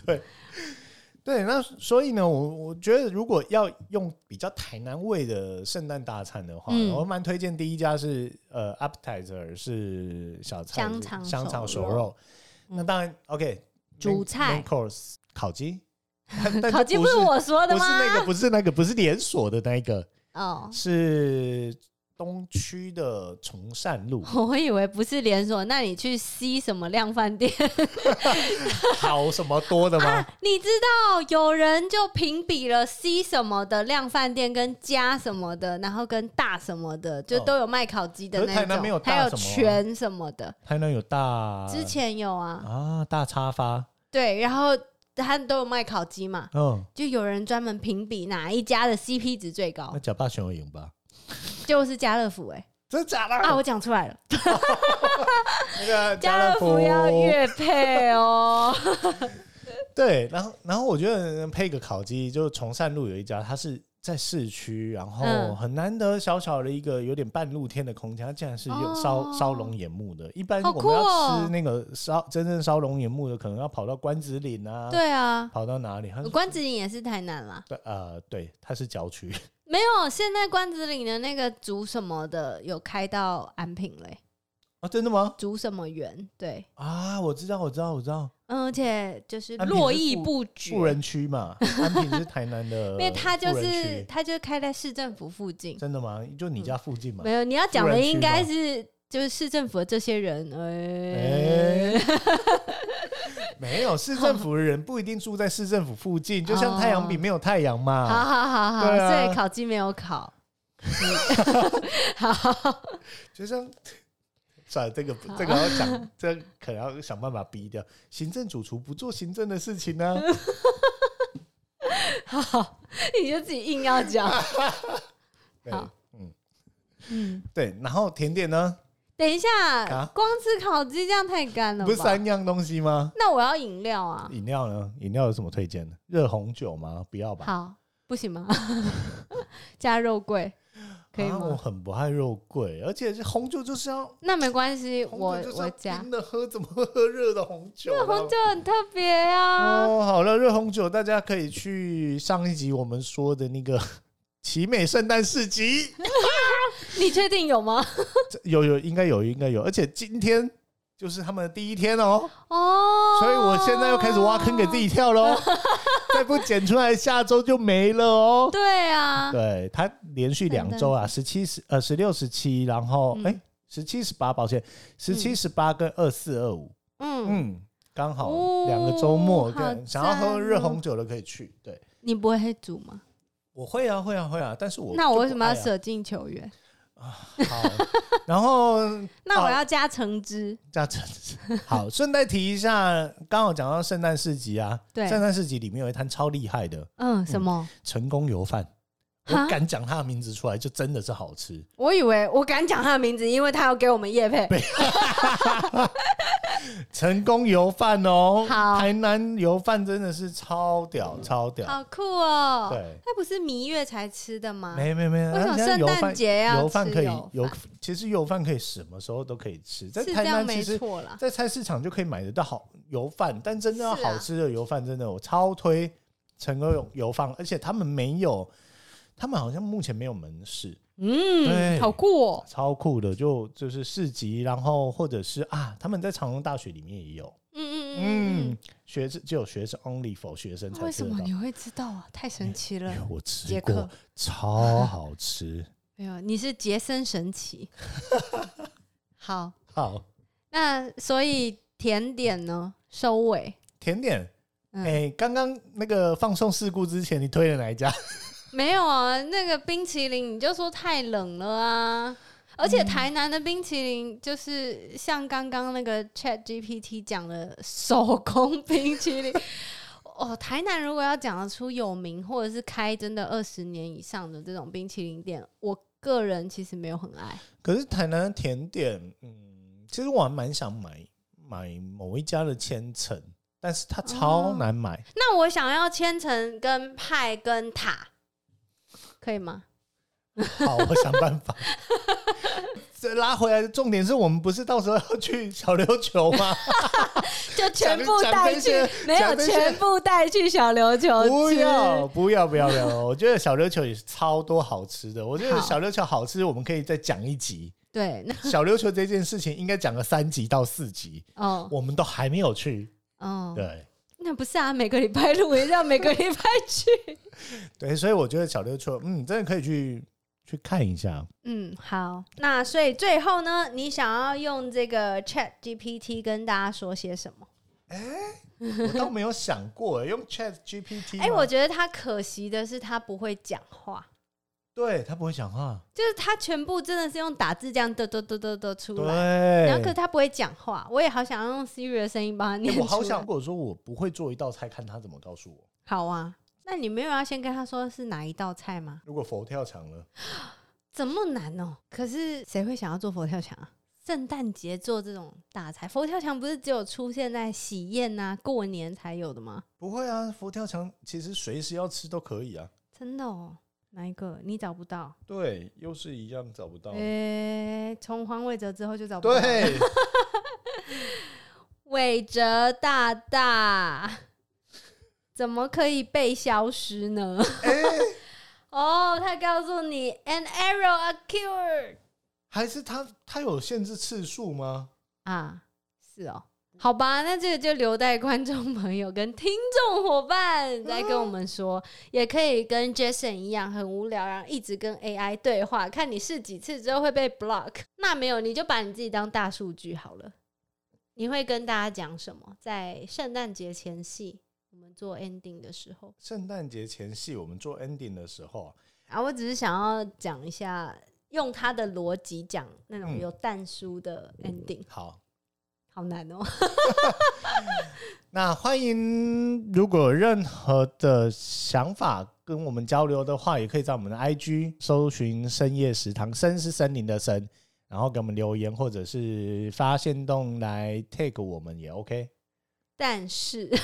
Speaker 2: 对对，那所以呢，我我觉得如果要用比较台南味的圣诞大餐的话，
Speaker 1: 嗯
Speaker 2: 我蛮推荐第一家是呃 appetizer 是小菜
Speaker 1: 香肠
Speaker 2: 香肠
Speaker 1: 熟
Speaker 2: 熟
Speaker 1: 肉
Speaker 2: 肉，
Speaker 1: 嗯
Speaker 2: 那当然 OK main-
Speaker 1: 主菜
Speaker 2: main course 烤 鸡，但 但
Speaker 1: 烤
Speaker 2: 这
Speaker 1: 鸡
Speaker 2: 不
Speaker 1: 不是我说
Speaker 2: 不
Speaker 1: 的
Speaker 2: 是
Speaker 1: 吗？
Speaker 2: 那个不是那个不是连锁的那一个，
Speaker 1: 哦，
Speaker 2: 是东区的崇善 路。
Speaker 1: 我以为不是连锁，那你去西什么量饭店
Speaker 2: 好什么多的吗？
Speaker 1: 啊？你知道有人就评比了西什么的量饭店跟家什么的，然后跟大什么的，就
Speaker 2: 哦
Speaker 1: 都有卖烤鸡的
Speaker 2: 可是
Speaker 1: 那
Speaker 2: 台南
Speaker 1: 种，
Speaker 2: 没有大
Speaker 1: 还有
Speaker 2: 什么啊
Speaker 1: 全什么的，
Speaker 2: 台南有大
Speaker 1: 之前有啊，
Speaker 2: 啊大叉发，
Speaker 1: 对，然后他都有卖烤鸡嘛，
Speaker 2: 嗯，
Speaker 1: 就有人专门评比哪一家的 CP 值最高
Speaker 2: 那，假霸熊有赢吧？
Speaker 1: 就是家乐福哎、
Speaker 2: 真的假的？
Speaker 1: 啊，我讲出来了，
Speaker 2: 那个
Speaker 1: 啊家
Speaker 2: 乐
Speaker 1: 乐福要月配 哦，
Speaker 2: 对，然后然后我觉得嗯配个烤鸡，就崇善路有一家，它是在市区，然后
Speaker 1: 嗯
Speaker 2: 很难得小小的一个有点半露天的空间，它竟然是有
Speaker 1: 哦
Speaker 2: 烧烧龙眼木的。一般
Speaker 1: 好
Speaker 2: 我们
Speaker 1: 酷哦
Speaker 2: 要吃那个烧真正烧龙眼木的，可能要跑到关子岭啊，
Speaker 1: 对啊，
Speaker 2: 跑到哪里？它是
Speaker 1: 关子岭也是台南啦，
Speaker 2: 对呃对，它是郊区。
Speaker 1: 没有，现在关子岭的那个竹什么的有开到安平嘞、
Speaker 2: 哦，真的吗？
Speaker 1: 竹什么园对，
Speaker 2: 啊，我知道，我知道，我知道，
Speaker 1: 嗯，而且就是
Speaker 2: 安平是
Speaker 1: 络绎
Speaker 2: 富
Speaker 1: 不绝，
Speaker 2: 富人区嘛，安平是台南的
Speaker 1: 因
Speaker 2: 富人区，
Speaker 1: 为它就是它就开在市政府附近，
Speaker 2: 真的吗？就你家附近嘛
Speaker 1: 嗯没？有，你要讲的
Speaker 2: 人区
Speaker 1: 应该
Speaker 2: 吗
Speaker 1: 是就是市政府的这些人，哎、
Speaker 2: 哎没有，市政府的人不一定住在市政府附近，就像太阳饼没有太阳
Speaker 1: 哦好
Speaker 2: 嘛，
Speaker 1: 好好好，
Speaker 2: 对啊
Speaker 1: 所以烤鸡没有烤。好，
Speaker 2: 就 像。算了，这个不这个要讲，这可能要想办法逼掉。行政主厨不做行政的事情呢、
Speaker 1: 好， 你就自己硬要讲。
Speaker 2: 啊对
Speaker 1: 好，
Speaker 2: 嗯，
Speaker 1: 嗯，
Speaker 2: 对。然后甜点呢？
Speaker 1: 等一下，
Speaker 2: 啊
Speaker 1: 光吃烤鸡这样太干了吧？
Speaker 2: 不是三样东西吗？
Speaker 1: 那我要饮料啊。
Speaker 2: 饮料呢？饮料有什么推荐的？热红酒吗？不要吧。
Speaker 1: 好，不行吗？ 加肉桂可以
Speaker 2: 啊我
Speaker 1: 吗？
Speaker 2: 很不爱肉桂，而且是红酒就是要，
Speaker 1: 那没关系，我
Speaker 2: 红酒就是
Speaker 1: 我
Speaker 2: 要
Speaker 1: 加
Speaker 2: 冰。的喝，怎么会喝热的红酒呢？
Speaker 1: 这红酒很特别啊，
Speaker 2: 哦，好了，热红酒大家可以去上一集我们说的那个 奇美圣诞市 集，
Speaker 1: 你确定 有吗？
Speaker 2: 这有有应该有应该有，而且今天。就是他们的第一天哦，
Speaker 1: 哦，
Speaker 2: 所以我现在又开始挖坑给自己跳 喽，再不剪出来，下周就没了哦。
Speaker 1: 对 啊，
Speaker 2: 对，它连续两周啊，十七十呃十六十七，17然后
Speaker 1: 嗯
Speaker 2: 哎十七十八，抱歉，十七十八跟二四二五，
Speaker 1: 嗯，
Speaker 2: 嗯，刚好
Speaker 1: 哦
Speaker 2: 两个周末，
Speaker 1: 好
Speaker 2: 对，想要
Speaker 1: 赞
Speaker 2: 喝热
Speaker 1: 哦
Speaker 2: 红酒的可以去。对，
Speaker 1: 你不会煮吗？
Speaker 2: 我会啊，会啊，会啊，但是我
Speaker 1: 那我
Speaker 2: 就
Speaker 1: 为
Speaker 2: 不
Speaker 1: 什么要
Speaker 2: 爱啊
Speaker 1: 舍近求远？
Speaker 2: 好，然后
Speaker 1: 那我
Speaker 2: 好
Speaker 1: 要加橙汁，
Speaker 2: 这样子，好，顺带提一下，刚好讲到圣诞市集啊，
Speaker 1: 对
Speaker 2: 圣诞市集里面有一摊超厉害的
Speaker 1: 嗯，什么？
Speaker 2: 成功油饭。我
Speaker 1: 哈
Speaker 2: 敢讲他的名字出来，就真的是好吃。
Speaker 1: 我以为我敢讲他的名字，因为他要给我们叶配。
Speaker 2: 成功油饭哦，
Speaker 1: 好嗯
Speaker 2: 台南油饭真的是超屌，超屌。
Speaker 1: 好酷哦！
Speaker 2: 对，
Speaker 1: 他不是蜜月才吃的吗？
Speaker 2: 没没没，
Speaker 1: 为什
Speaker 2: 它
Speaker 1: 么
Speaker 2: 现在
Speaker 1: 圣
Speaker 2: 油
Speaker 1: 诞
Speaker 2: 饭
Speaker 1: 节要
Speaker 2: 油饭
Speaker 1: 吃
Speaker 2: 可以
Speaker 1: 油
Speaker 2: 油
Speaker 1: 饭，
Speaker 2: 其实油饭可以什么时候都可以吃，在
Speaker 1: 是
Speaker 2: 台
Speaker 1: 这样
Speaker 2: 南其
Speaker 1: 没
Speaker 2: 实。
Speaker 1: 错啦。
Speaker 2: 在菜市场就可以买得到好油饭，但真的要
Speaker 1: 是啊
Speaker 2: 好吃的油饭，真的我超推成功油油饭，而且他们没有，他们好像目前没有门市，对
Speaker 1: 嗯，好酷哦！
Speaker 2: 超酷的，就就是市集，然后或者是啊，他们在长隆大学里面也有，
Speaker 1: 嗯嗯嗯嗯
Speaker 2: 嗯，学生只有学生 only for 学生才
Speaker 1: 为什
Speaker 2: 吃得到
Speaker 1: 么。你会知道啊？太神奇
Speaker 2: 因为
Speaker 1: 了！
Speaker 2: 我吃
Speaker 1: 杰克
Speaker 2: 过，超好吃。
Speaker 1: 没有，你是杰森神 奇。好，
Speaker 2: 好，
Speaker 1: 那所以甜点呢？收尾，
Speaker 2: 甜点，
Speaker 1: 嗯
Speaker 2: 哎，刚刚那个放送事故之前，你推了哪一家？
Speaker 1: 没有啊，那个冰淇淋你就说太冷了啊。而
Speaker 2: 嗯
Speaker 1: 且台南的冰淇淋就是像刚刚那个 Chat GPT 讲的手工冰 淇淋。哦，台南如果要讲得出有名或者是开真的二十年以上的这种冰淇淋店，我个人其实没有很爱。
Speaker 2: 可是台南的甜点，嗯，其实我还蛮想买买某一家的千层，但是它超
Speaker 1: 哦
Speaker 2: 难买。
Speaker 1: 那我想要千层跟派跟塔，可以吗？
Speaker 2: 好，我想办 法。这拉回来的重点是我们不是到时候要去小琉球吗？
Speaker 1: 就全部
Speaker 2: 讲
Speaker 1: 带
Speaker 2: 这
Speaker 1: 去
Speaker 2: 些，
Speaker 1: 没有
Speaker 2: 讲这些
Speaker 1: 全部带去小琉球哦吃。
Speaker 2: 不要不要不要不要！我 觉得小琉球也是超多好吃的。我觉得
Speaker 1: 好
Speaker 2: 小琉球好吃，我们可以再讲一 集。
Speaker 1: 对，那
Speaker 2: 小琉球这件事情应该讲了三集到四集，
Speaker 1: 哦
Speaker 2: 我们都还没有去。
Speaker 1: 哦，
Speaker 2: 对
Speaker 1: 那不是啊，每个礼拜录一下，每个礼拜去。
Speaker 2: 对，所以我觉得小琉球，嗯，真的可以去去看一下。
Speaker 1: 嗯，好，那所以最后呢，你想要用这个 Chat GPT 跟大家说些什么？
Speaker 2: 我倒没有想过用 Chat GPT，
Speaker 1: 哎、我觉得他可惜的是他不会讲话，
Speaker 2: 对他不会啊讲话，
Speaker 1: 就是他全部真的是用打字这样嘚嘚嘚嘚嘚出
Speaker 2: 对。
Speaker 1: 来，然后可是他不会讲话。我也好想要用 Siri 的声音帮他念
Speaker 2: 欸
Speaker 1: 出来。
Speaker 2: 我好想，如果说我不会做一道菜，看他怎么告诉我。
Speaker 1: 好啊。那你没有要先跟他说是哪一道菜吗？
Speaker 2: 如果佛跳墙呢？
Speaker 1: 怎么难哦？可是谁会想要做佛跳墙啊？圣诞节做这种大菜，佛跳墙不是只有出现在喜宴呐、过年才有的吗？
Speaker 2: 不会啊，佛跳墙其实随时要吃都可以啊。
Speaker 1: 真的哦，哪一个你找不到？
Speaker 2: 对，又是一样找不到
Speaker 1: 诶、从黄伟哲之后就哎找不到。，
Speaker 2: 对，
Speaker 1: 伟哲大大怎么可以被消失呢？
Speaker 2: 哎
Speaker 1: 哦，他告诉你，an arrow a cure
Speaker 2: 还是他他有限制次数吗？
Speaker 1: 啊，是哦。好吧，那这个就留待观众朋友跟听众伙伴来跟我们说，也可以跟 Jason 一样很无聊，然后一直跟 AI 对话，看你试几次之后会被 block。那没有，你就把你自己当大数据好了。你会跟大家讲什么？在圣诞节前夕，我们做 ending 的时候
Speaker 2: 圣诞节前夕我们做 ending 的时候啊，
Speaker 1: 啊，我只是想要讲一下，用他的逻辑讲那种
Speaker 2: 嗯
Speaker 1: 有蛋书的 ending，、
Speaker 2: 好，
Speaker 1: 好难哦。
Speaker 2: 那欢迎如果有任何的想法跟我们交流的话，也可以在我们的 IG 搜寻“深夜食堂”，深是森林的森，然后给我们留言或者是发现动来 take 我们也 OK。
Speaker 1: 但是。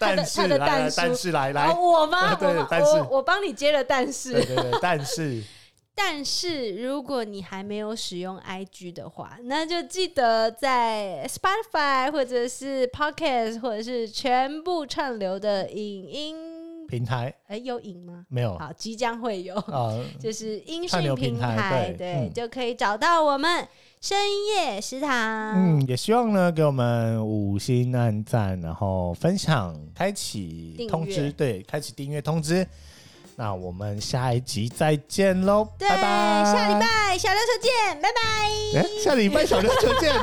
Speaker 1: 他的
Speaker 2: 但是
Speaker 1: 他的
Speaker 2: 来来，
Speaker 1: 蛋叔
Speaker 2: 但是来来
Speaker 1: 哦，，我 吗？
Speaker 2: 对
Speaker 1: 我吗
Speaker 2: 但是
Speaker 1: 我我帮你接了，但
Speaker 2: 对
Speaker 1: 是
Speaker 2: 对对，但是
Speaker 1: 但是，如果你还没有使用 IG 的话，那就记得在 Spotify 或者是 Podcast 或者是全部串流的影音，
Speaker 2: 平台
Speaker 1: 哎，有影吗？
Speaker 2: 没有啊、啊
Speaker 1: 好，即将会有。就是音
Speaker 2: 嗯串
Speaker 1: 讯
Speaker 2: 流平台
Speaker 1: 台，
Speaker 2: 对
Speaker 1: 对，
Speaker 2: 嗯
Speaker 1: 就可以找到我们深夜食堂。
Speaker 2: 嗯，也希望呢给我们五星按赞，然后分享，开启
Speaker 1: 订
Speaker 2: 通
Speaker 1: 阅
Speaker 2: 知，对，开启订阅通知。那我们下一集再见喽，
Speaker 1: 对，
Speaker 2: 拜拜，
Speaker 1: 下礼拜小六球见，拜拜。
Speaker 2: 哎，下礼拜小六球见，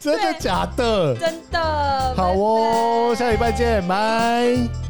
Speaker 2: 真的假的？
Speaker 1: 真的，
Speaker 2: 好哦
Speaker 1: 拜拜
Speaker 2: 哦，下礼拜见，拜。